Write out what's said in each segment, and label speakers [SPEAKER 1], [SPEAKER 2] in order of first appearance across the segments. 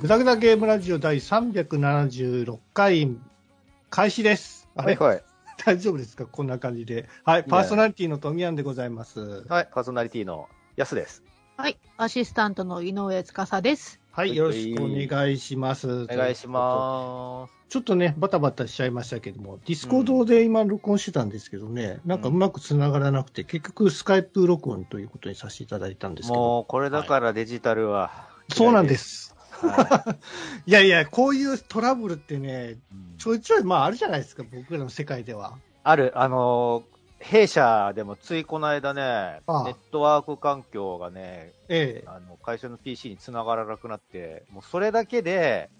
[SPEAKER 1] ぐだぐだゲームラジオ第376回開始です。あ
[SPEAKER 2] はい
[SPEAKER 1] れ、
[SPEAKER 2] はい。
[SPEAKER 1] 大丈夫ですかこんな感じで。はい、パーソナリティの富山でございます。
[SPEAKER 2] はい、パーソナリティのヤスです。
[SPEAKER 3] はい、アシスタントの井上司です。
[SPEAKER 1] はい、よろしくお願いします。
[SPEAKER 2] お願いし
[SPEAKER 1] という
[SPEAKER 2] ま。
[SPEAKER 1] ことで。ちょっとね、バタバタしちゃいましたけども、ディスコードで今録音してたんですけどね、なんかうまく繋がらなくて、結局スカイプ録音ということにさせていただいたんですすけど。
[SPEAKER 2] もう、これだからデジタルは。
[SPEAKER 1] そうなんで。す。
[SPEAKER 2] はい
[SPEAKER 1] やいや、こういうトラブルってね、
[SPEAKER 2] い
[SPEAKER 1] ちょいちょい、まああるじゃないですか、僕らの世界では。
[SPEAKER 2] ある、あのー、弊社でもついこの間ね、
[SPEAKER 1] ああ
[SPEAKER 2] ネットワーク環境がね、
[SPEAKER 1] ええ。
[SPEAKER 2] あの会社の PC に繋がらなくなって、もうそれだ けで、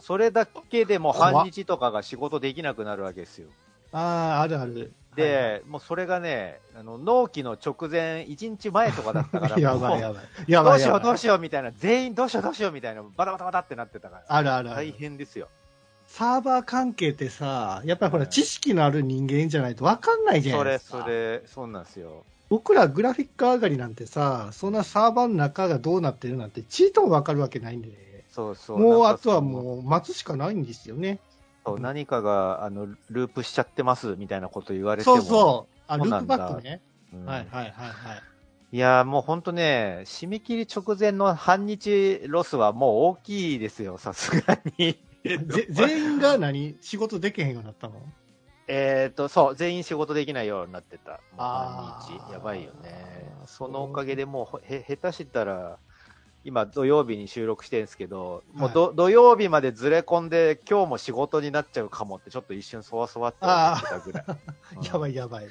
[SPEAKER 2] それだけでもう
[SPEAKER 1] 怖っ
[SPEAKER 2] 半日とかが仕事できなくなるわけですよ。
[SPEAKER 1] ああ、あるある。、
[SPEAKER 2] で、もうそれがね、あの納期の直前、1日前とかだったか ら
[SPEAKER 1] やば
[SPEAKER 2] もう
[SPEAKER 1] いやばい。や
[SPEAKER 2] ど
[SPEAKER 1] ば
[SPEAKER 2] う
[SPEAKER 1] い
[SPEAKER 2] し
[SPEAKER 1] や
[SPEAKER 2] ようど。
[SPEAKER 1] ばいう
[SPEAKER 2] しようみたいな、全員どうしようどうしようみたいな、バタバタバタってなってたから、
[SPEAKER 1] あるあるあ
[SPEAKER 2] 大
[SPEAKER 1] る。
[SPEAKER 2] 変ですよ。
[SPEAKER 1] サーバー関係ってさ、やっぱりほら、知識のある人間じゃないと分かんないじゃな
[SPEAKER 2] そ
[SPEAKER 1] いで
[SPEAKER 2] れ
[SPEAKER 1] すか。
[SPEAKER 2] それ、そうなんですよ。
[SPEAKER 1] 僕らグラフィック上がりなんてさ、そんなサーバーの中がどうなってるなんて、ちいとも分かるわけないんでね、
[SPEAKER 2] そうそう。
[SPEAKER 1] もう
[SPEAKER 2] なん
[SPEAKER 1] あ
[SPEAKER 2] か
[SPEAKER 1] と
[SPEAKER 2] そ
[SPEAKER 1] は
[SPEAKER 2] の
[SPEAKER 1] もう待つしかないんですよね。
[SPEAKER 2] そう何かがあのループしちゃってますみたいなこと言われても。
[SPEAKER 1] そうそう。あ、ル
[SPEAKER 2] そ
[SPEAKER 1] ー
[SPEAKER 2] うな
[SPEAKER 1] プ
[SPEAKER 2] んだ
[SPEAKER 1] バックね。
[SPEAKER 2] うん
[SPEAKER 1] はいはいはいはい。
[SPEAKER 2] いやー、もう本当ね、締め切り直前の半日ロスはもう大きいですよ、さすがに。
[SPEAKER 1] ぜ全員が何仕事できへんようになったの
[SPEAKER 2] えっと、そう、全員仕事できないようになってた。もう半
[SPEAKER 1] あ
[SPEAKER 2] 日。
[SPEAKER 1] ー
[SPEAKER 2] やばいよね。
[SPEAKER 1] そう
[SPEAKER 2] そのおかげでもう、へ、下手したら、今土曜日に収録してるんですけど、もうど、土曜日までずれ込んで、今日も仕事になっちゃうかもって、ちょっと一瞬そわそわって思ってたぐらい。うん
[SPEAKER 1] やばいやばい。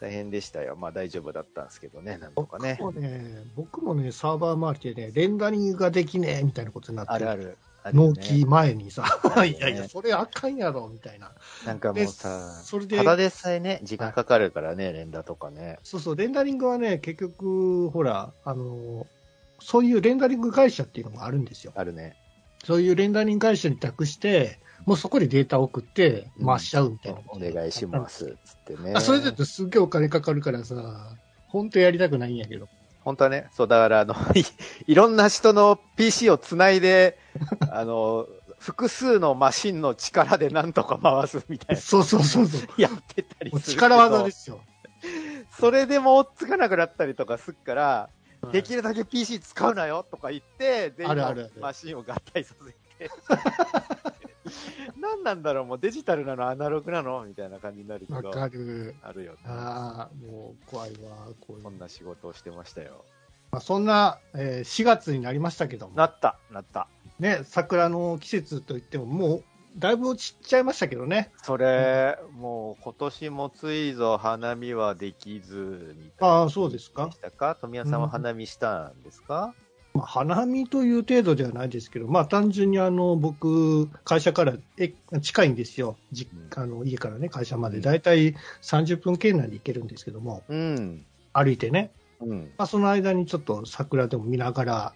[SPEAKER 2] 大変でしたよ。まあ大丈夫だったんですけど ね、なんとかね。
[SPEAKER 1] そうね、僕もね、サーバー周りでね、レンダリングができねえみたいなことになって
[SPEAKER 2] あるある。あるよ
[SPEAKER 1] 納
[SPEAKER 2] ね
[SPEAKER 1] 期前にさ、
[SPEAKER 2] あるよね
[SPEAKER 1] いやいや、それあかんやろ、みたいな。
[SPEAKER 2] なんかも
[SPEAKER 1] で
[SPEAKER 2] うさ、
[SPEAKER 1] それで
[SPEAKER 2] た、だでさえね、時間かかるからね、連打とかね。
[SPEAKER 1] そうそう、レンダリングはね、結局、ほら、あの、そういうレンダリング会社っていうのがあるんですよ。
[SPEAKER 2] あるね。
[SPEAKER 1] そういうレンダリング会社に託して、もうそこでデータを送って
[SPEAKER 2] うん
[SPEAKER 1] 回しちゃうみたいな、
[SPEAKER 2] お願いします。つってね。
[SPEAKER 1] あそれだとすっげえお金かかるからさ、本当やりたくないんやけど。
[SPEAKER 2] 本当はね、そう、だから、あの、 いいろんな人の PC をつない で、あの、複数のマシンの力でなんとか回すみたいな、
[SPEAKER 1] そうそうそうそう。
[SPEAKER 2] やってたり
[SPEAKER 1] もう
[SPEAKER 2] する。。
[SPEAKER 1] 力技ですすよ。
[SPEAKER 2] それでも追っつかなくなったりとかすっから、
[SPEAKER 1] はい
[SPEAKER 2] できるだけ PC 使うなよとか言って、全
[SPEAKER 1] あ
[SPEAKER 2] 員
[SPEAKER 1] るあ
[SPEAKER 2] の
[SPEAKER 1] るある
[SPEAKER 2] マシンを合体させて。何なんだろう、もうデジタルなの、アナログなのみたいな感じになるけ
[SPEAKER 1] わ
[SPEAKER 2] ど、
[SPEAKER 1] かる。
[SPEAKER 2] あるよね。
[SPEAKER 1] ああ、もう怖いわ、こういう
[SPEAKER 2] そんな仕事をしてましたよ。
[SPEAKER 1] まあ、そんな、えー4月になりましたけど
[SPEAKER 2] な
[SPEAKER 1] も、
[SPEAKER 2] った、なった。
[SPEAKER 1] ね、桜の季節といっても、もうだいぶ落ちちゃいましたけどね。
[SPEAKER 2] それ、もう今年もついぞ花見はできずみたいな。
[SPEAKER 1] ああ、そうですか
[SPEAKER 2] でし。たか富谷さんは花見したんですか、
[SPEAKER 1] まあ、花見という程度ではないですけど、まあ、単純にあの僕、会社からえ近いんですよ、じあの家からね、会社ま
[SPEAKER 2] う
[SPEAKER 1] で、
[SPEAKER 2] ん
[SPEAKER 1] だいたい30分圏内で行けるんですけども、
[SPEAKER 2] うん。
[SPEAKER 1] 歩いてね、
[SPEAKER 2] うん。
[SPEAKER 1] まあ、その間にちょっと桜でも見ながら、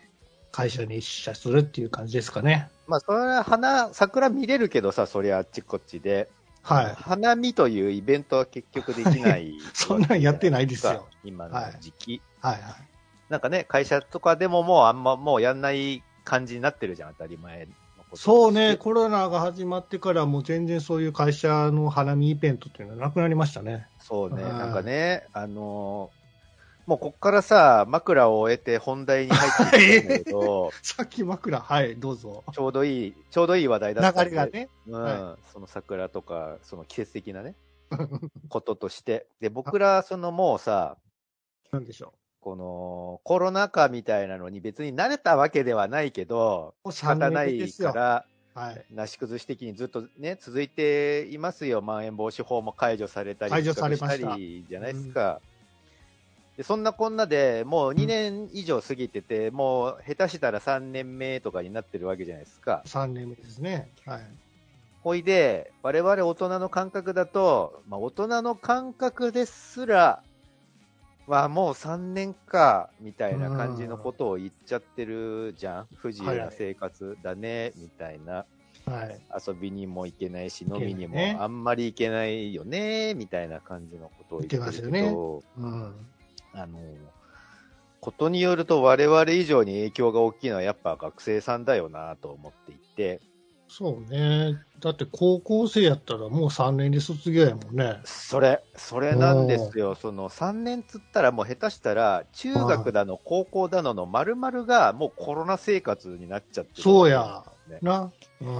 [SPEAKER 1] 会社に出社するっていう感じですかね。
[SPEAKER 2] まあ、それは花、桜見れるけどさ、そりゃあっちこっちで。
[SPEAKER 1] はい、。
[SPEAKER 2] 花見というイベントは結局できない
[SPEAKER 1] そんなんやってないですよ。
[SPEAKER 2] 今の時期。
[SPEAKER 1] はいはい、
[SPEAKER 2] なんかね、会社とかでももうあんまもうやんない感じになってるじゃん、当たり前のこと。
[SPEAKER 1] そうね、。コロナが始まってから、もう全然そういう会社の花見イベントっていうのはなくなりましたね。
[SPEAKER 2] そうね、
[SPEAKER 1] うん
[SPEAKER 2] なんかね、あのーもうこっからさ、枕を終えて本題に入っていくんだけど、
[SPEAKER 1] さっき枕、はい、どうぞ。
[SPEAKER 2] ちょうどいい、ちょうどいい話題
[SPEAKER 1] 流
[SPEAKER 2] だったん
[SPEAKER 1] れ
[SPEAKER 2] で
[SPEAKER 1] がね。
[SPEAKER 2] うん、
[SPEAKER 1] は
[SPEAKER 2] その桜とか、その季節的 なね、こととして。で、僕ら、そのもうさ、
[SPEAKER 1] なんでしょ
[SPEAKER 2] このコロナ禍みたいなのに別に慣れたわけではないけど、
[SPEAKER 1] う。もう
[SPEAKER 2] 仕方な
[SPEAKER 1] で
[SPEAKER 2] い
[SPEAKER 1] すよ
[SPEAKER 2] か。ら、
[SPEAKER 1] はい。
[SPEAKER 2] なし崩し的にずっとね、続いていますよ。まん延防止法も解除されたり、
[SPEAKER 1] 解除されました
[SPEAKER 2] 比較りじゃないですか。でそんなこんなでもう2年以上過ぎてて、もう下手したら3年目とかになってるわけじゃないですか。
[SPEAKER 1] 3年目ですね。はい。
[SPEAKER 2] ほいで、我々大人の感覚だと、まあ、大人の感覚ですら、まあもう3年か、みたいな感じのことを言っちゃってるじゃん。不自由な生活だね、みたいな。
[SPEAKER 1] はい。
[SPEAKER 2] 遊びにも行けないし、
[SPEAKER 1] け
[SPEAKER 2] 飲
[SPEAKER 1] ないね
[SPEAKER 2] みにもあんまり行けないよね、みたいな感じのことを言ってるけ
[SPEAKER 1] 言
[SPEAKER 2] ど、
[SPEAKER 1] ってますよ
[SPEAKER 2] ね、
[SPEAKER 1] うん。
[SPEAKER 2] あの、ことによると我々以上に影響が大きいのはやっぱ学生さんだよなと思っていて、
[SPEAKER 1] そうね。だって高校生やったらもう3年で卒業やもんね。
[SPEAKER 2] それ、それなんですよ。その3年つったらもう下手したら、中学だの、高校だのの丸々がもうコロナ生活になっちゃってる
[SPEAKER 1] そうや
[SPEAKER 2] ね
[SPEAKER 1] な。うん。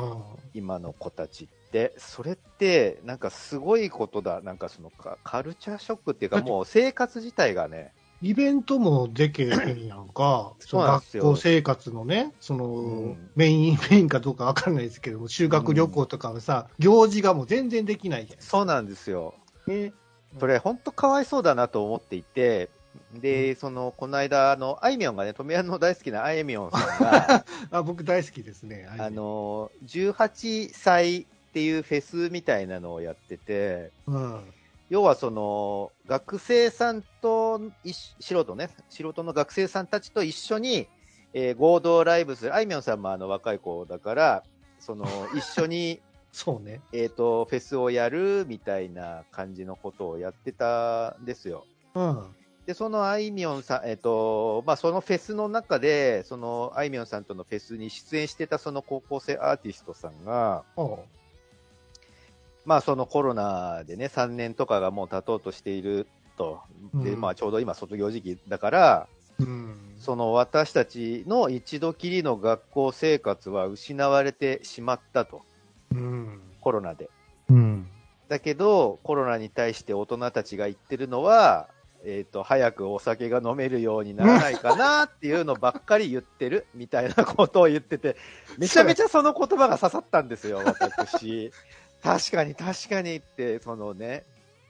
[SPEAKER 2] 今の子たちって。それって、なんかすごいことだ。なんかそのカカルチャーショックっていうか、
[SPEAKER 1] だって
[SPEAKER 2] もう生活自体がね、
[SPEAKER 1] イベントもでけへんやん か。
[SPEAKER 2] そうなんです
[SPEAKER 1] そ
[SPEAKER 2] よ
[SPEAKER 1] の学校生活のね、その、
[SPEAKER 2] うん
[SPEAKER 1] メイン、メインかどうかわかんないですけども、修学旅行とかはさ、行事がもう全然できないじゃん。
[SPEAKER 2] そうなんですよ。
[SPEAKER 1] ね、
[SPEAKER 2] それ、本当かわいそうだなと思っていて、で、その、この間、あの、あいみょんがね、富山の大好きなあいみょんさんが、
[SPEAKER 1] あ僕大好きですね。
[SPEAKER 2] あ、の、18歳っていうフェスみたいなのをやってて、
[SPEAKER 1] うん。
[SPEAKER 2] 要はその、学生さんといし、素人ね、素人の学生さんたちと一緒に、えー合同ライブする。あいみょんさんもあの、若い子だから、その、一緒に、
[SPEAKER 1] そうね。
[SPEAKER 2] えっと、フェスをやるみたいな感じのことをやってたんですよ。
[SPEAKER 1] うん。
[SPEAKER 2] で、そのあいみょんさん、えっ、と、まあ、そのフェスの中で、そのあいみょんさんとのフェスに出演してたその高校生アーティストさんが、
[SPEAKER 1] おう
[SPEAKER 2] まあ、そのコロナでね、3年とかがもう経とうとしていると。で、
[SPEAKER 1] うん
[SPEAKER 2] まあ、ちょうど今卒業時期だから、
[SPEAKER 1] うん。
[SPEAKER 2] その私たちの一度きりの学校生活は失われてしまったと。
[SPEAKER 1] うん。
[SPEAKER 2] コロナで。
[SPEAKER 1] うん。
[SPEAKER 2] だけど、コロナに対して大人たちが言ってるのは、えっ、と、早くお酒が飲めるようにならないかなっていうのばっかり言っ てるみたいなことを言ってて、めちゃめちゃその言葉が刺さったんですよ、 私。確かに確かにって、そのね、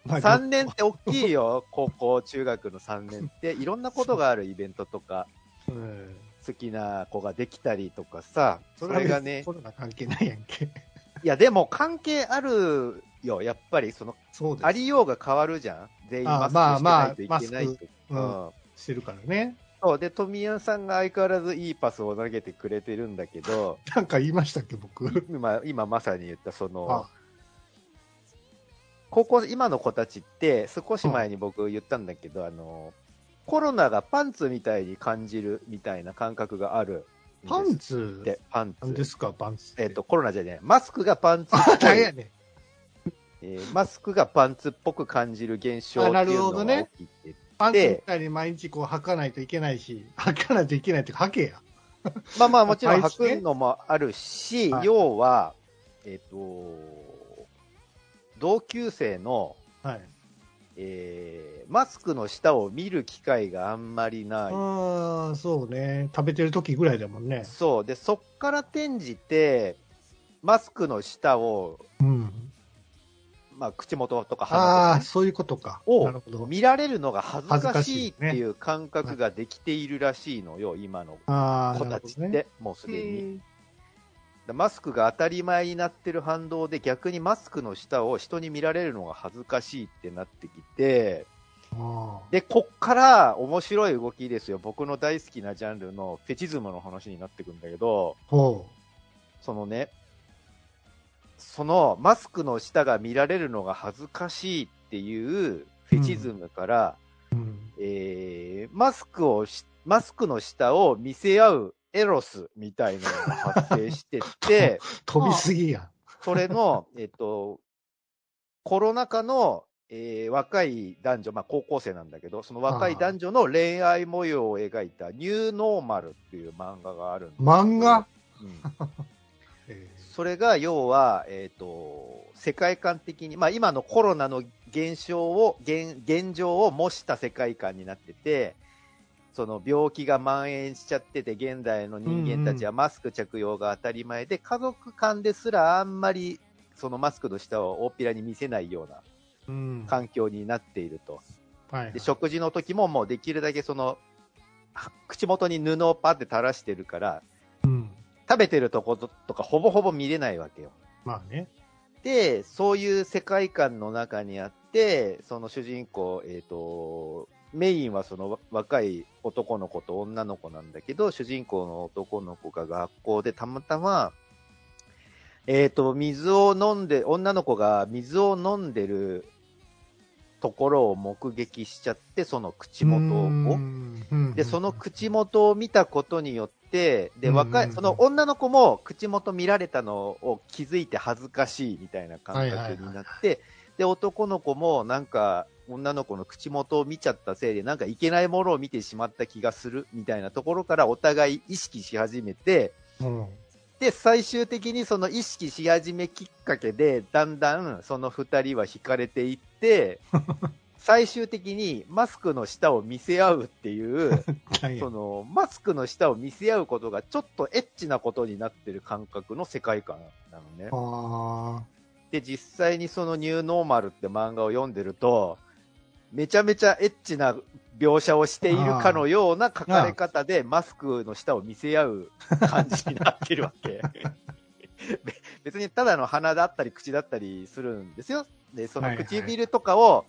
[SPEAKER 1] まあ
[SPEAKER 2] 3年って大きいよ、 高校、中学の3年って、いろんなことがあるイベントとか、
[SPEAKER 1] うん
[SPEAKER 2] 好きな子ができたりとかさ、それがね
[SPEAKER 1] コ、ロナ関係ないやん け。
[SPEAKER 2] いやでも関係あるよ、やっぱり、その
[SPEAKER 1] そうです。
[SPEAKER 2] ありようが変わるじゃん。全員マ
[SPEAKER 1] あ
[SPEAKER 2] スクして
[SPEAKER 1] まあ
[SPEAKER 2] ないといけないと。
[SPEAKER 1] まあマスク
[SPEAKER 2] うん
[SPEAKER 1] してるからね。
[SPEAKER 2] そう。で、富谷さんが相変わらずいいパスを投げてくれてるんだけど、
[SPEAKER 1] なんか言いましたっけ、僕。
[SPEAKER 2] 今、今まさに言った、その
[SPEAKER 1] あ、
[SPEAKER 2] 高校、今の子たちって、少し前に僕言ったんだけど、あの、コロナがパンツみたいに感じるみたいな感覚があるんです。
[SPEAKER 1] パンツ
[SPEAKER 2] って、パン
[SPEAKER 1] なんで
[SPEAKER 2] ツ。
[SPEAKER 1] すか、パンツ。
[SPEAKER 2] えっ、と、、コロナじゃねえ、マスクがパンツっ
[SPEAKER 1] あ、
[SPEAKER 2] ぽ
[SPEAKER 1] 大
[SPEAKER 2] い、
[SPEAKER 1] 変やね。
[SPEAKER 2] えーマスクがパンツっぽく感じる現象っていう
[SPEAKER 1] あなるほど
[SPEAKER 2] のが
[SPEAKER 1] ね
[SPEAKER 2] 起きてて、
[SPEAKER 1] パンツみたいに毎日こう履かないといけないし、履かないといけないっていうか、履けや。
[SPEAKER 2] まあまあもちろん
[SPEAKER 1] あ配置ね
[SPEAKER 2] 履くのもあるし、
[SPEAKER 1] はい
[SPEAKER 2] 要は、えっ、と、同級生の、
[SPEAKER 1] はい。
[SPEAKER 2] えーマスクの下を見る機会があんまりない。
[SPEAKER 1] ああ、そうね。食べてる時ぐらいだもんね。
[SPEAKER 2] そう。で、そっから転じて、マスクの下を、
[SPEAKER 1] うん。
[SPEAKER 2] まあ、口元とか
[SPEAKER 1] ああ
[SPEAKER 2] 鼻
[SPEAKER 1] ー、
[SPEAKER 2] とか
[SPEAKER 1] そういうことか。
[SPEAKER 2] を
[SPEAKER 1] なるほど。
[SPEAKER 2] 見られるのが恥ずかしい
[SPEAKER 1] 恥ず
[SPEAKER 2] っ
[SPEAKER 1] かしいね
[SPEAKER 2] ていう感覚ができているらしいのよ、今の
[SPEAKER 1] ああ、
[SPEAKER 2] 子
[SPEAKER 1] な
[SPEAKER 2] た
[SPEAKER 1] るほ
[SPEAKER 2] ち
[SPEAKER 1] ど
[SPEAKER 2] っ
[SPEAKER 1] ね。
[SPEAKER 2] て、もうすでに。
[SPEAKER 3] え
[SPEAKER 2] だマスクが当たり前になってる反動で逆にマスクの下を人に見られるのが恥ずかしいってなってきて、
[SPEAKER 1] あ
[SPEAKER 2] で、こっから面白い動きですよ。僕の大好きなジャンルのフェチズムの話になってくんだけど、
[SPEAKER 1] ーほ
[SPEAKER 2] そのね、そのマスクの下が見られるのが恥ずかしいっていうフェチズムから、
[SPEAKER 1] う。うん。
[SPEAKER 2] えーマスクをし、マスクの下を見せ合うエロスみたいなのが発生し てって、
[SPEAKER 1] 飛びすぎや。
[SPEAKER 2] それの、えっと、コロナ禍の、えー若い男女、まあ、高校生なんだけど、その若い男女の恋愛模様を描いたニューノーマルっていう漫画があるんですけど
[SPEAKER 1] 漫画、
[SPEAKER 2] うん
[SPEAKER 1] え
[SPEAKER 2] それが要は、えっ、と、世界観的に、まあ、今のコロナの現象を、現現状を模した世界観になってて、その病気が蔓延しちゃってて、現代の人間たちはマスク着用が当たり前で、家族間ですらあんまり、そのマスクの下を大っぴらに見せないような
[SPEAKER 1] ーうん。
[SPEAKER 2] 環境になっていると。
[SPEAKER 1] はい
[SPEAKER 2] で、食事の時ももうできるだけその、は口元に布をパって垂らしてるから、
[SPEAKER 1] うん。
[SPEAKER 2] 食べてるとこととかほぼほぼ見れないわけよ。
[SPEAKER 1] まあね。
[SPEAKER 2] で、そういう世界観の中にあって、その主人公、えっ、と、メインはそのわ若い男の子と女の子なんだけど、主人公の男の子が学校でたまたま、えっ、と、水を飲んで、女の子が水を飲んでるところを目撃しちゃって、その口元
[SPEAKER 1] うー
[SPEAKER 2] を
[SPEAKER 1] ん
[SPEAKER 2] で、その口元を見たことによって、で、
[SPEAKER 1] うん
[SPEAKER 2] 若い、その女の子も口元見られたのを気づいて恥ずかしいみたいな感
[SPEAKER 1] はいはいはい
[SPEAKER 2] 覚になって、で、男の子もなんか、女の子の口元を見ちゃったせいで、なんかいけないものを見てしまった気がするみたいなところからお互い意識し始めて、
[SPEAKER 1] うん、
[SPEAKER 2] で、最終的にその意識し始めきっかけで、だんだんその二人は惹かれてい って、最終的にマスクの下を見せ合うっていう、
[SPEAKER 1] 大
[SPEAKER 2] そ
[SPEAKER 1] 変
[SPEAKER 2] のマスクの下を見せ合うことがちょっとエッチなことになってる感覚の世界観なのね。
[SPEAKER 1] あ
[SPEAKER 2] で、実際にそのニューノーマルって漫画を読んでると、めちゃめちゃエッチな描写をしているかのような書かれ方でマスクの下を見せ合う感じになってるわ け。べ別にただの鼻だったり口だったりするんですよ。で、そ
[SPEAKER 1] は
[SPEAKER 2] の
[SPEAKER 1] いはい
[SPEAKER 2] 唇とかを、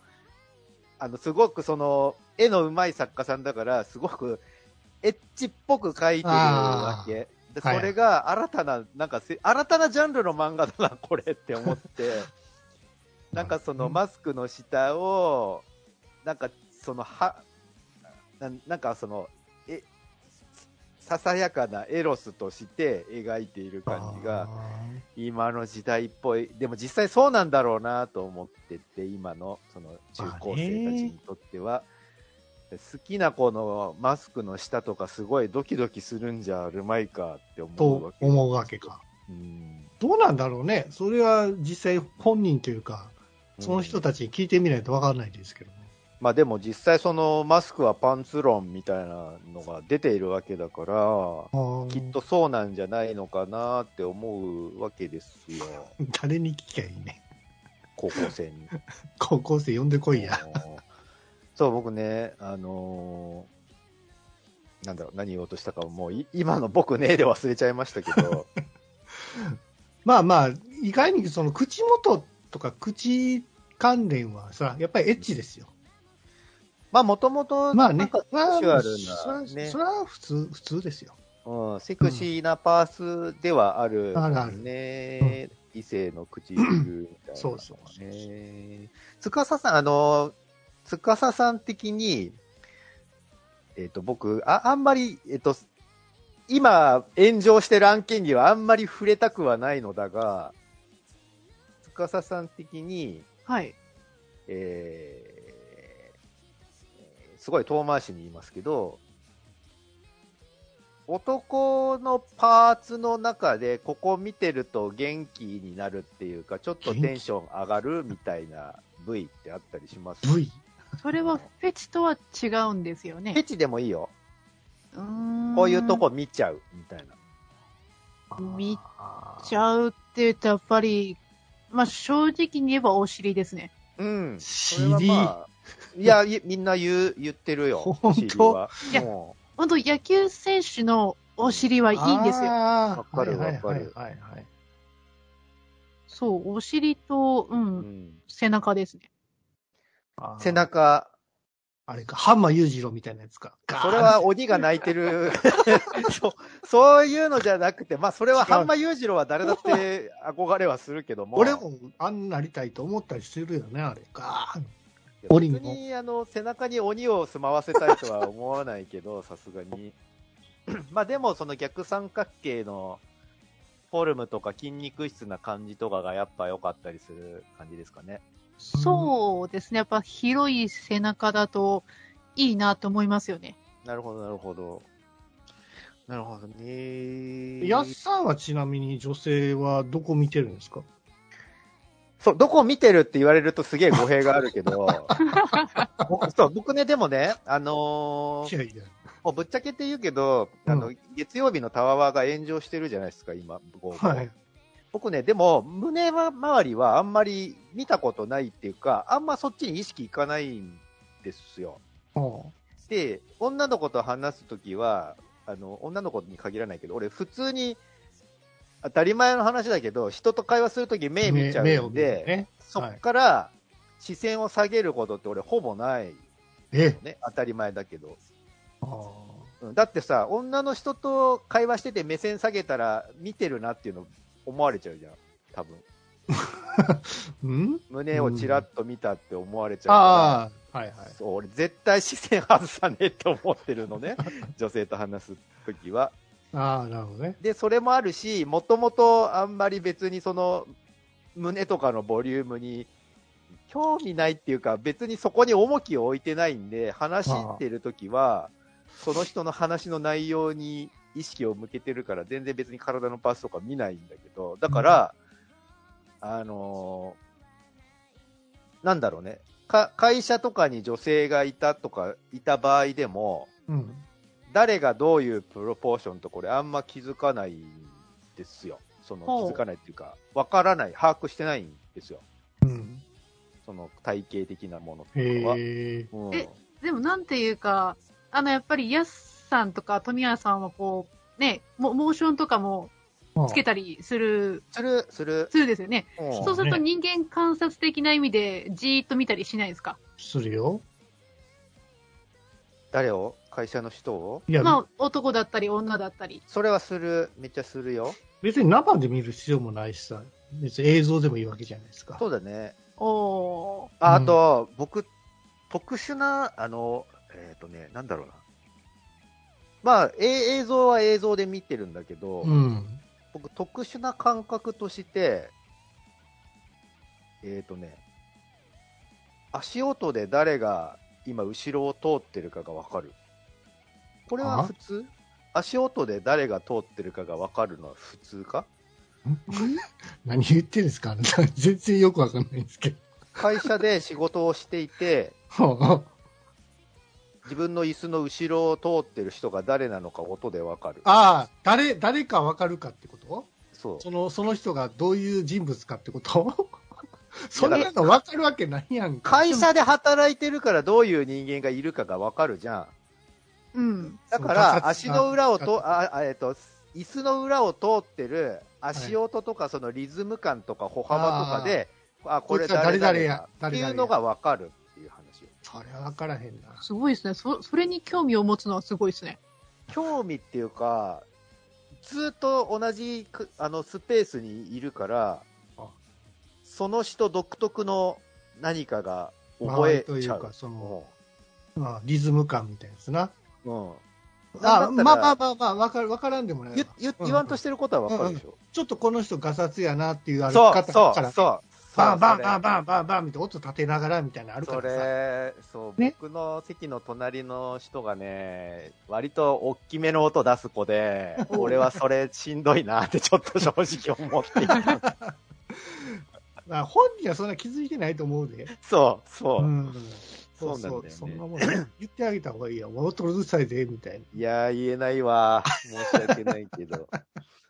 [SPEAKER 2] あの、すごくその、絵の上手い作家さんだから、すごくエッチっぽく描いてるわけ。で、そ
[SPEAKER 1] はい
[SPEAKER 2] れが新たな、なんかせ、新たなジャンルの漫画だな、 これって思って、 なんかそのマスクの下を、なんかその、は、なんなんかその、え、ささやかなエロスとして描いている
[SPEAKER 1] あ。
[SPEAKER 2] 感じが、
[SPEAKER 1] あ
[SPEAKER 2] 今の時代っぽい。でも実際そうなんだろうなと思ってて、今のその中高生たちにとっては。好きな子のマスクの下とかすごいドキドキするんじゃあるまいかって
[SPEAKER 1] ー
[SPEAKER 2] 思うわ
[SPEAKER 1] と
[SPEAKER 2] け。
[SPEAKER 1] 思うわけか。
[SPEAKER 2] うん
[SPEAKER 1] どうなんだろうね。それは実際本人というか、その人
[SPEAKER 2] うん
[SPEAKER 1] たちに聞いてみないとわかんないですけどね。
[SPEAKER 2] まあでも実際そのマスクはパンツ論みたいなのが出ているわけだから、
[SPEAKER 1] あー
[SPEAKER 2] きっとそうなんじゃないのかなって思うわけですよ。
[SPEAKER 1] 誰に聞きゃいいね。
[SPEAKER 2] 高校生に。
[SPEAKER 1] 高校生呼んでこいや。
[SPEAKER 2] あのーそう、僕ね、あのーなんだろう、何言おうとしたかもうい、今の僕ねで忘れちゃいましたけど、
[SPEAKER 1] まあまあ、意外にその口元とか口関連はさ、やっぱりエッチですよ。
[SPEAKER 2] まあ、もともと、
[SPEAKER 1] まあ
[SPEAKER 2] なん
[SPEAKER 1] ね
[SPEAKER 2] か、、
[SPEAKER 1] まあ
[SPEAKER 2] シュアル
[SPEAKER 1] そ
[SPEAKER 2] な、
[SPEAKER 1] ら
[SPEAKER 2] ね
[SPEAKER 1] それは普通、普通ですよ。
[SPEAKER 2] うん、セクシーなパースではある、ね、
[SPEAKER 1] あるある
[SPEAKER 2] 異性の唇みたいな、ね。
[SPEAKER 1] そうそうそう
[SPEAKER 2] つかささん、あの、つかささん的に、えっ、と、僕、あ、あんまり、えっ、と、今、炎上してる案件にはあんまり触れたくはないのだが、つかささん的に、
[SPEAKER 3] はい。
[SPEAKER 2] えーすごい遠回しに言いますけど、男のパーツの中で、ここ見てると元気になるっていうか、ちょっとテンション上がるみたいな部位ってあったりします。
[SPEAKER 1] 部位。
[SPEAKER 3] それはフェチとは違うんですよ
[SPEAKER 2] フェ
[SPEAKER 3] ね。
[SPEAKER 2] チでもいいよ。
[SPEAKER 3] うーん
[SPEAKER 2] こういうとこ見ちゃうみたいな。
[SPEAKER 3] 見ちゃうって言うと、やっぱり、まあ正直に言えばお尻ですね。
[SPEAKER 2] うん。それは
[SPEAKER 1] CD。
[SPEAKER 2] まあいや、いみんな言う、言ってるよ。
[SPEAKER 1] 本当
[SPEAKER 2] 尻はい
[SPEAKER 3] や
[SPEAKER 2] も
[SPEAKER 3] 本当野球選手のお尻はいいんですよ。
[SPEAKER 1] わ
[SPEAKER 2] わかる
[SPEAKER 1] は
[SPEAKER 2] わかる
[SPEAKER 1] いはいはいはい。
[SPEAKER 3] そう、お尻と、う、
[SPEAKER 2] ううんん
[SPEAKER 3] 背中ですね。
[SPEAKER 1] あー
[SPEAKER 2] 背。中、
[SPEAKER 1] あれか、ハンマー裕次郎みたいなやつか。ガーン
[SPEAKER 2] それは鬼が泣いてる そう、そういうのじゃなくて、まあ、それは半間裕次郎は誰だって憧れはするけども、
[SPEAKER 1] 俺もあんなりたいと思ったりするよね、あれ。ガーン
[SPEAKER 2] 別
[SPEAKER 1] 鬼も
[SPEAKER 2] にあの背中に鬼を住まわせたいとは思わないけど、さすがに。 まあでも、その逆三角形のフォルムとか筋肉質な感じとかがやっぱ良かったりする感じですかね。
[SPEAKER 3] そうですね。やっぱ広い背中だといいなと思いますよね。
[SPEAKER 2] なるほど、なるほど。なるほどね。
[SPEAKER 1] やっさんはちなみに女性はどこ見てるんですか
[SPEAKER 2] そう、どこ見てるって言われるとすげえ語弊があるけど、 僕そう僕ね、でもね、あの
[SPEAKER 1] い
[SPEAKER 2] ー
[SPEAKER 1] やいや。
[SPEAKER 2] もうぶっちゃけて言うけど、あの、
[SPEAKER 1] う
[SPEAKER 2] 月曜日のタワーが炎上してるじゃないですか、今、午後
[SPEAKER 1] はい。
[SPEAKER 2] 僕ね、でも、胸は周りはあんまり見たことないっていうか、あんまそっちに意識いかないんですよ。
[SPEAKER 1] は
[SPEAKER 2] で、女の子と話すときは、あの、女の子に限らないけど、俺普通に、当たり前の話だけど、人と会話するとき
[SPEAKER 1] あ
[SPEAKER 2] 目見ちゃうんで、
[SPEAKER 1] 目を見てね。
[SPEAKER 2] そっから視線を下げることって俺ほぼない
[SPEAKER 1] え
[SPEAKER 2] のね。当たり前だけど。
[SPEAKER 1] あー
[SPEAKER 2] うんだってさ、女の人と会話してて目線下げたら見てるなっていうの思われちゃうじゃん。多分。
[SPEAKER 1] うん
[SPEAKER 2] 胸をちらっと見たって思われちゃうから。
[SPEAKER 1] ああ、
[SPEAKER 4] はいはい。
[SPEAKER 2] そう俺絶対視線外さねえと思ってるのね女性と話す時は
[SPEAKER 4] ああ、なるほどね。
[SPEAKER 2] でそれもあるしもともとあんまり別にその胸とかのボリュームに興味ないっていうか別にそこに重きを置いてないんで話してる時はその人の話の内容に意識を向けてるから全然別に体のパーツとか見ないんだけどだから、あのーなんだろうねか会社とかに女性がいたとかいた場合でも
[SPEAKER 4] うん。
[SPEAKER 2] 誰がどういうプロポーションとこれあんま気づかないんですよその
[SPEAKER 3] ほう
[SPEAKER 2] 気づかないっていうかわからない把握してないんですよ
[SPEAKER 4] うん。
[SPEAKER 2] その体系的なものとかは。
[SPEAKER 4] へえ。
[SPEAKER 2] うん
[SPEAKER 3] えでもなんていうか、あの、やっぱり、ヤスさんとか富谷さんはこう、ね、モモーションとかもつけたりする、
[SPEAKER 2] する、する。
[SPEAKER 3] するですよね。
[SPEAKER 2] うん
[SPEAKER 1] そ
[SPEAKER 3] そうすると人間観察的な意味でじーっと見たりしないですか
[SPEAKER 4] するよ。
[SPEAKER 2] 誰を会社の人を
[SPEAKER 1] いや、
[SPEAKER 3] まあ、男だったり女だったり。
[SPEAKER 2] それはする、めっちゃするよ。
[SPEAKER 1] 別に生で見る必要もないしさ、別に映像でもいいわけじゃないですか。
[SPEAKER 2] そうだね。
[SPEAKER 3] おー。
[SPEAKER 2] あ
[SPEAKER 4] うん
[SPEAKER 2] あと、僕、特殊な、あの、えっ、とね、なんだろうな。まあ、え映像は映像で見てるんだけど、
[SPEAKER 1] うん。
[SPEAKER 2] 僕、特殊な感覚として、えっ、とね、足音で誰が今後ろを通ってるかがわかる。これは
[SPEAKER 1] あ
[SPEAKER 2] 普通足音で誰が通ってるかがわかるのは普通か
[SPEAKER 1] 何言ってるんですかあな た全然よくわかんないんですけ
[SPEAKER 2] 会社で仕事をしていて、
[SPEAKER 1] ど。
[SPEAKER 2] 自分の椅子の後ろを通ってる人が誰なのか音でわかる。
[SPEAKER 1] ああ、誰、誰かわかるかってこと
[SPEAKER 2] そう。
[SPEAKER 1] その、その人がどういう人物かってことそん
[SPEAKER 2] いや
[SPEAKER 1] なのわかるわけないやんか。
[SPEAKER 2] 会社で働いてるからどういう人間がいるかがわかるじゃん。
[SPEAKER 3] うん。
[SPEAKER 2] だか
[SPEAKER 1] そう
[SPEAKER 2] ら、
[SPEAKER 1] ガサツ
[SPEAKER 2] 足
[SPEAKER 1] な
[SPEAKER 2] の裏を
[SPEAKER 1] ガサ
[SPEAKER 2] と、
[SPEAKER 1] ツ
[SPEAKER 2] あ、あえっと、椅子の裏を通ってる足音とか、そのリズム感とか歩幅とかで、あ、これ
[SPEAKER 1] こいつは誰
[SPEAKER 2] 誰
[SPEAKER 1] 々
[SPEAKER 2] 々
[SPEAKER 1] や
[SPEAKER 2] や、っていうのがわかるっていう話よ。
[SPEAKER 1] それはわからへんな。
[SPEAKER 3] すごいですね。そ、それに興味を持つのはすごいですね。
[SPEAKER 2] 興味っていうか、ずっと同じくあのスペースにいるから
[SPEAKER 1] あ、
[SPEAKER 2] その人独特の何かが覚
[SPEAKER 1] 周り
[SPEAKER 2] え
[SPEAKER 1] とい
[SPEAKER 2] ちゃ
[SPEAKER 1] う
[SPEAKER 2] う
[SPEAKER 1] か、。その、
[SPEAKER 2] も
[SPEAKER 1] まあ、リズム感みたいなやつな。
[SPEAKER 2] ううん
[SPEAKER 1] あまあまあ
[SPEAKER 2] あ、
[SPEAKER 1] まあまあ、わかる、わからんでもないわ
[SPEAKER 2] 言言言わんとしてることはわかるでしょ。
[SPEAKER 1] ちょっとこの人ガサツやなっていう歩き
[SPEAKER 2] そう、
[SPEAKER 1] 方
[SPEAKER 2] そ
[SPEAKER 1] か
[SPEAKER 2] う、
[SPEAKER 1] ら、
[SPEAKER 2] そう。
[SPEAKER 1] バンバンバ
[SPEAKER 2] そ
[SPEAKER 1] ン
[SPEAKER 2] う
[SPEAKER 1] バンバンバンみたいな音立てながらみたいなのあるか
[SPEAKER 2] そ
[SPEAKER 1] らさ。
[SPEAKER 2] れ、そう、
[SPEAKER 1] ね
[SPEAKER 2] 僕の席の隣の人がね、割と大きめの音出す子で、俺はそれしんどいなってちょっと正直思って いた。
[SPEAKER 1] まあ、本人はそんな気づいてないと思うで。
[SPEAKER 2] そう、そうう。
[SPEAKER 1] ん。
[SPEAKER 2] そうなんだよね
[SPEAKER 1] そんなもん ね、言ってあげた方がいいよ。音うるさいぜ、みたいな。
[SPEAKER 2] いやー、言えないわ。申し訳ない けど。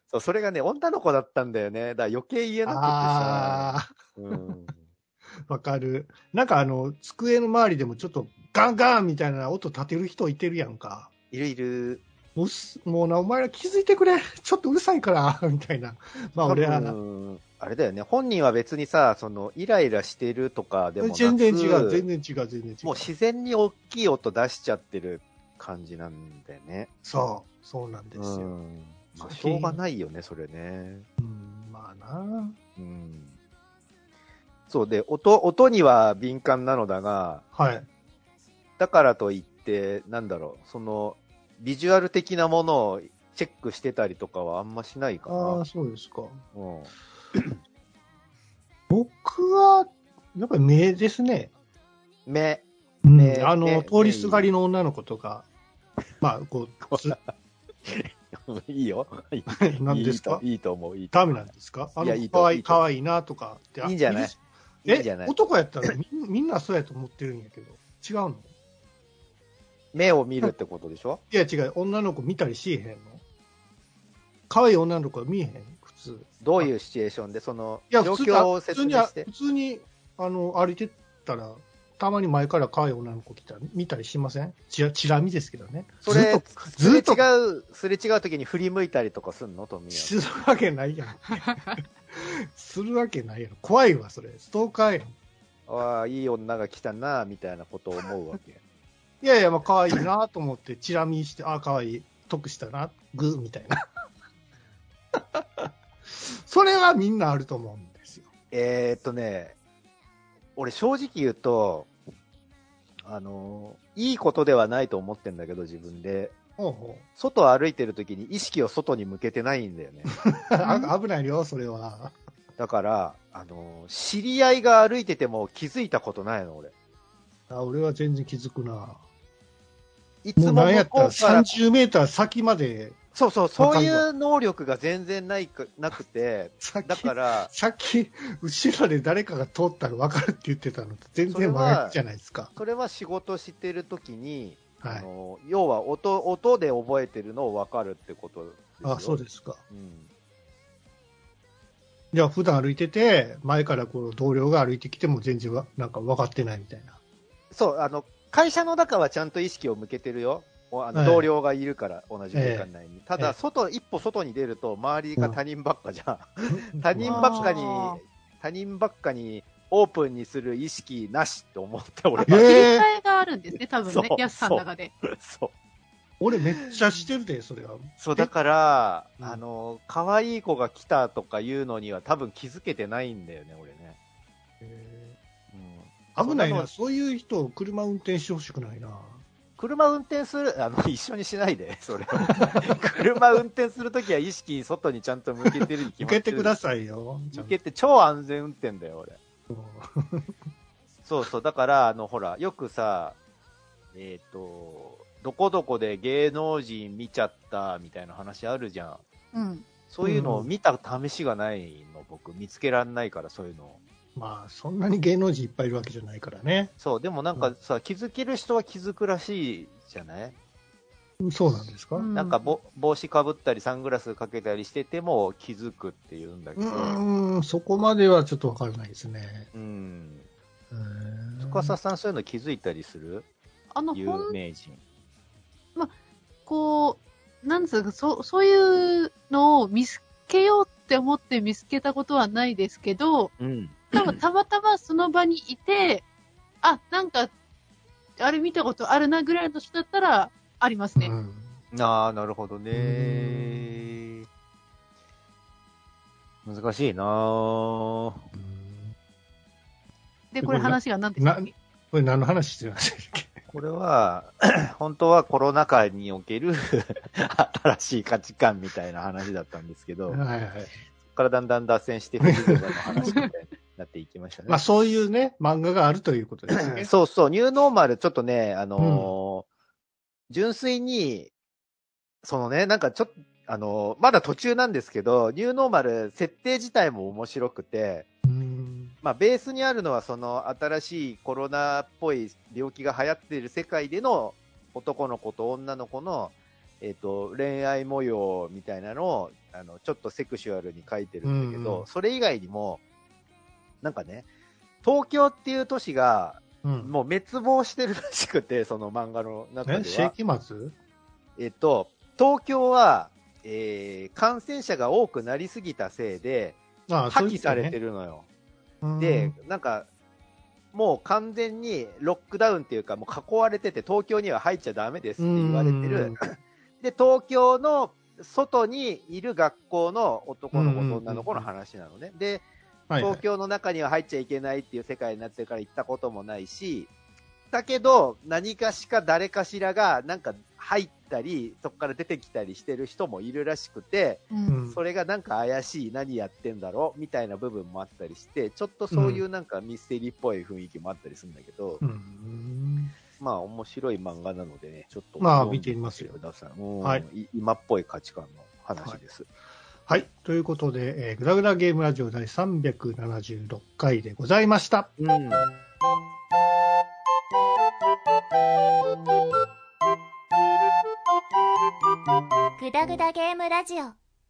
[SPEAKER 2] そう、それがね、女の子だったんだよね。だから余計言えなくてさ。
[SPEAKER 1] あ
[SPEAKER 2] うん。
[SPEAKER 1] あ、わかる。なんかあの、机の周りでもちょっとガンガンみたいな音立てる人いてるやんか。
[SPEAKER 2] いるいる。
[SPEAKER 1] もうす、もうな、お前ら気づいてくれ。ちょっとうるさいから、 みたいな。まあ、俺は
[SPEAKER 2] 多
[SPEAKER 1] な。
[SPEAKER 2] 分あれだよね。本人は別にさ、その、イライラしてるとかでもなく。
[SPEAKER 1] 全然違う、全然違う、全然違う。
[SPEAKER 2] もう自然に大きい音出しちゃってる感じなんだよね。
[SPEAKER 1] そう、そうなんですよ。
[SPEAKER 2] うんまあ、
[SPEAKER 1] 最
[SPEAKER 2] し
[SPEAKER 1] 近
[SPEAKER 2] ょうがないよね、それね。
[SPEAKER 1] うんまあな。
[SPEAKER 2] うん。そうで、音、音には敏感なのだが、
[SPEAKER 1] はい。
[SPEAKER 2] だからといって、なんだろう、その、ビジュアル的なものをチェックしてたりとかはあんましないか
[SPEAKER 1] あ
[SPEAKER 2] な
[SPEAKER 1] あ、。そうですか。
[SPEAKER 2] うん、
[SPEAKER 1] 僕は、やっぱり目ですね。
[SPEAKER 2] 目。
[SPEAKER 1] ね
[SPEAKER 2] 目
[SPEAKER 1] あの、
[SPEAKER 2] 目
[SPEAKER 1] 通りすがりの女の子とか、まあ、こ う、つ
[SPEAKER 2] いいよ。いい
[SPEAKER 1] なんですか
[SPEAKER 2] いいといいと思う。いいと
[SPEAKER 1] ダ
[SPEAKER 2] 思
[SPEAKER 1] メ
[SPEAKER 2] う
[SPEAKER 1] なんですかあ
[SPEAKER 2] いや
[SPEAKER 1] の
[SPEAKER 2] いい
[SPEAKER 1] 子、
[SPEAKER 2] と
[SPEAKER 1] かわいい、
[SPEAKER 2] いいと
[SPEAKER 1] かわいいなとかって。あ
[SPEAKER 2] いいんじゃない
[SPEAKER 1] るし
[SPEAKER 2] いいんじゃ
[SPEAKER 1] え
[SPEAKER 2] な、い
[SPEAKER 1] 男やったらみんみんなそうやと思ってるんやけど。違うの
[SPEAKER 2] 目を見るってことでしょ
[SPEAKER 1] いや違う、女の子見たりしえへんの可愛い女の子は見えへん普通。
[SPEAKER 2] どういうシチュエーションで、その、
[SPEAKER 1] いや、
[SPEAKER 2] 状
[SPEAKER 1] 普通
[SPEAKER 2] 況を
[SPEAKER 1] 普
[SPEAKER 2] 説
[SPEAKER 1] 通に
[SPEAKER 2] 明
[SPEAKER 1] は、
[SPEAKER 2] して
[SPEAKER 1] 普。通に、あの、歩いてったら、たまに前から可愛い女の子来たら、見たりしませんちら、チラ見ですけどね。
[SPEAKER 2] それ、
[SPEAKER 1] ず
[SPEAKER 2] す
[SPEAKER 1] ず
[SPEAKER 2] れ
[SPEAKER 1] っと
[SPEAKER 2] 違う、すれ違う時に振り向いたりとかすんの富
[SPEAKER 1] するわけない やん。するわけないやん。怖いわ、それ。ストーカーやん。
[SPEAKER 2] 山。ああ、いい女が来たな、みたいなことを思うわけ。
[SPEAKER 1] いやいや、まあ、可愛いなと思って、チラ見して、ああ、可愛い。得したな。グーみたいな。 それはみんなあると思うんですよ。
[SPEAKER 2] えーっとね、俺正直言うと、あのーいいことではないと思ってんだけど、自分で。
[SPEAKER 1] ほうほう
[SPEAKER 2] 外歩いてる時に意識を外に向けてないんだよね。
[SPEAKER 1] あ危ないよ、それは。
[SPEAKER 2] だから、あのー知り合いが歩いてても気づいたことないの、俺。
[SPEAKER 1] あ俺は全然気づくな。
[SPEAKER 2] いつ
[SPEAKER 1] もう
[SPEAKER 2] も
[SPEAKER 1] なんや
[SPEAKER 2] 向
[SPEAKER 1] ったら
[SPEAKER 2] こうから、
[SPEAKER 1] 30メーター先まで、
[SPEAKER 2] そうそう、そういう能力が全然ないくなくて、
[SPEAKER 1] 先
[SPEAKER 2] だから、
[SPEAKER 1] さっき、後ろで誰かが通ったら分かるって言ってたのと全然真逆じゃないですか。
[SPEAKER 2] それは仕事してる時に、
[SPEAKER 1] は
[SPEAKER 2] あ
[SPEAKER 1] い。
[SPEAKER 2] のー要は音音で覚えてるのを分かるってことですよ
[SPEAKER 1] あそうですか。
[SPEAKER 2] うん
[SPEAKER 1] じゃあ、普段歩いてて、前からこの同僚が歩いてきても全然わなんか分かってないみたい な。
[SPEAKER 2] そう、あの、会社の中はちゃんと意識を向けてるよ。おあの
[SPEAKER 1] ええ
[SPEAKER 2] 同僚がいるから、同じ空間内に。た
[SPEAKER 1] ええ
[SPEAKER 2] だ、外、一歩外に出ると、周りが他人ばっかじゃん。他人
[SPEAKER 1] まあ
[SPEAKER 2] ばっかに
[SPEAKER 3] あー、
[SPEAKER 2] 他人ばっかにオープンにする意識なしって思って、俺
[SPEAKER 3] あ
[SPEAKER 1] え
[SPEAKER 3] 切り
[SPEAKER 1] え
[SPEAKER 2] は。
[SPEAKER 3] 替えがあるんですね、多分ね
[SPEAKER 2] そ、う
[SPEAKER 3] ヤスさんの中で。
[SPEAKER 2] そう。
[SPEAKER 1] 俺めっちゃしてるで、それは。
[SPEAKER 2] そう、だから、
[SPEAKER 1] うん
[SPEAKER 2] あの、可愛い子が来たとかいうのには多分気づけてないんだよね、俺ね。うん
[SPEAKER 1] 危ない
[SPEAKER 2] そんな
[SPEAKER 1] な。
[SPEAKER 2] の
[SPEAKER 1] そういう人を車運転してほしくないな。
[SPEAKER 2] 車運転する、あ の、一緒にしないで、それを車運転するときは意識、外にちゃんと向けてるに決
[SPEAKER 1] 受
[SPEAKER 2] まっ
[SPEAKER 1] け
[SPEAKER 2] る
[SPEAKER 1] てくださいよ。
[SPEAKER 2] 向けて超安全運転だよ、俺。そうそう、だから、あの、ほら、よくさ、えっ、と、どこどこで芸能人見ちゃったみたいな話あるじゃん。
[SPEAKER 3] うん。
[SPEAKER 2] そういうのを見た試しがないの、僕、見つけらんないから、そういうのを
[SPEAKER 1] まあ、そんなに芸能人いっぱいいるわけじゃないからね。
[SPEAKER 2] そう、でもなんかさ、気づける人は気づくらしいじゃない
[SPEAKER 1] そうなんですか、
[SPEAKER 3] う
[SPEAKER 1] うんん、
[SPEAKER 2] なんかぼ帽子かぶったりサングラスかけたりしてても気づくっていうんだけど、
[SPEAKER 1] ーん、そこまではちょっとわからないですね。
[SPEAKER 2] うん。
[SPEAKER 1] へー
[SPEAKER 2] 司さんそういうの気づいたりする
[SPEAKER 3] あの、ほ
[SPEAKER 2] 有
[SPEAKER 3] ん、
[SPEAKER 2] 名人。
[SPEAKER 3] こう、なんつうか、そう、そういうのを見つけようって思って見つけたことはないですけど、
[SPEAKER 2] うん。
[SPEAKER 3] 多分たまたまその場にいて、あ、なんか、あれ見たことあるなぐらいの年だったら、ありますね。
[SPEAKER 1] うん
[SPEAKER 2] ああ、なるほどね。難しいなー
[SPEAKER 1] うん
[SPEAKER 3] で、これ話が何でしたっけ
[SPEAKER 1] これ何の話してましたっけ
[SPEAKER 2] これは、 本当はコロナ禍における 新しい価値観みたいな話だったんですけど、そこ
[SPEAKER 1] はいはい。
[SPEAKER 2] からだんだん脱線して、フリーザの話みたいになっていきましたね。
[SPEAKER 1] まあそういうね、漫画があるということですね。
[SPEAKER 2] そうそう、ニューノーマル、ちょっとね、あのー純粋に、そのね、なんかちょっと、あのーまだ途中なんですけど、ニューノーマル、設定自体も面白くて、
[SPEAKER 1] うん
[SPEAKER 2] まあ、ベースにあるのは、その新しいコロナっぽい病気が流行っている世界での男の子と女の子の、えっと恋愛模様みたいなのをあのちょっとセクシュアルに書いてるんだけど、
[SPEAKER 1] うんうん
[SPEAKER 2] それ以外にも、なんかね、東京っていう都市が
[SPEAKER 1] うん
[SPEAKER 2] もう滅亡してるらしくて、その漫画の中
[SPEAKER 1] ね、
[SPEAKER 2] で
[SPEAKER 1] 世
[SPEAKER 2] は。
[SPEAKER 1] 紀末
[SPEAKER 2] えっと、東京は、えー感染者が多くなりすぎたせいで、
[SPEAKER 1] あ
[SPEAKER 2] 破棄されて
[SPEAKER 1] る。
[SPEAKER 2] るのよ。
[SPEAKER 1] うん
[SPEAKER 2] で、なんか、もう完全にロックダウンっていうか、もう囲われてて、東京には入っちゃダメですって言われて
[SPEAKER 1] うん
[SPEAKER 2] る。で、東京の外にいる学校の男の子と女の子の話なのね。で、
[SPEAKER 1] はいはい
[SPEAKER 2] 東京の中には入っちゃいけないっていう世界になってるから行ったこともないし、だけど、何かしか誰かしらが、なんか入ったり、そこから出てきたりしてる人もいるらしくて、
[SPEAKER 3] う。
[SPEAKER 1] うんん
[SPEAKER 2] それがなんか怪しい、何やってんだろうみたいな部分もあったりして、ちょっとそういうなんかミステリーっぽい雰囲気もあったりするんだけど、
[SPEAKER 1] うん
[SPEAKER 2] まあ面白い漫画なのでね、ちょっと。
[SPEAKER 1] まあ見てみますよ
[SPEAKER 2] ください。うん
[SPEAKER 1] はい
[SPEAKER 2] い今っぽい価値観の話です。
[SPEAKER 1] はい。ということで、えー、グラグラゲームラジオ第376回でございました。
[SPEAKER 2] うん。
[SPEAKER 4] グダグダゲームラジオ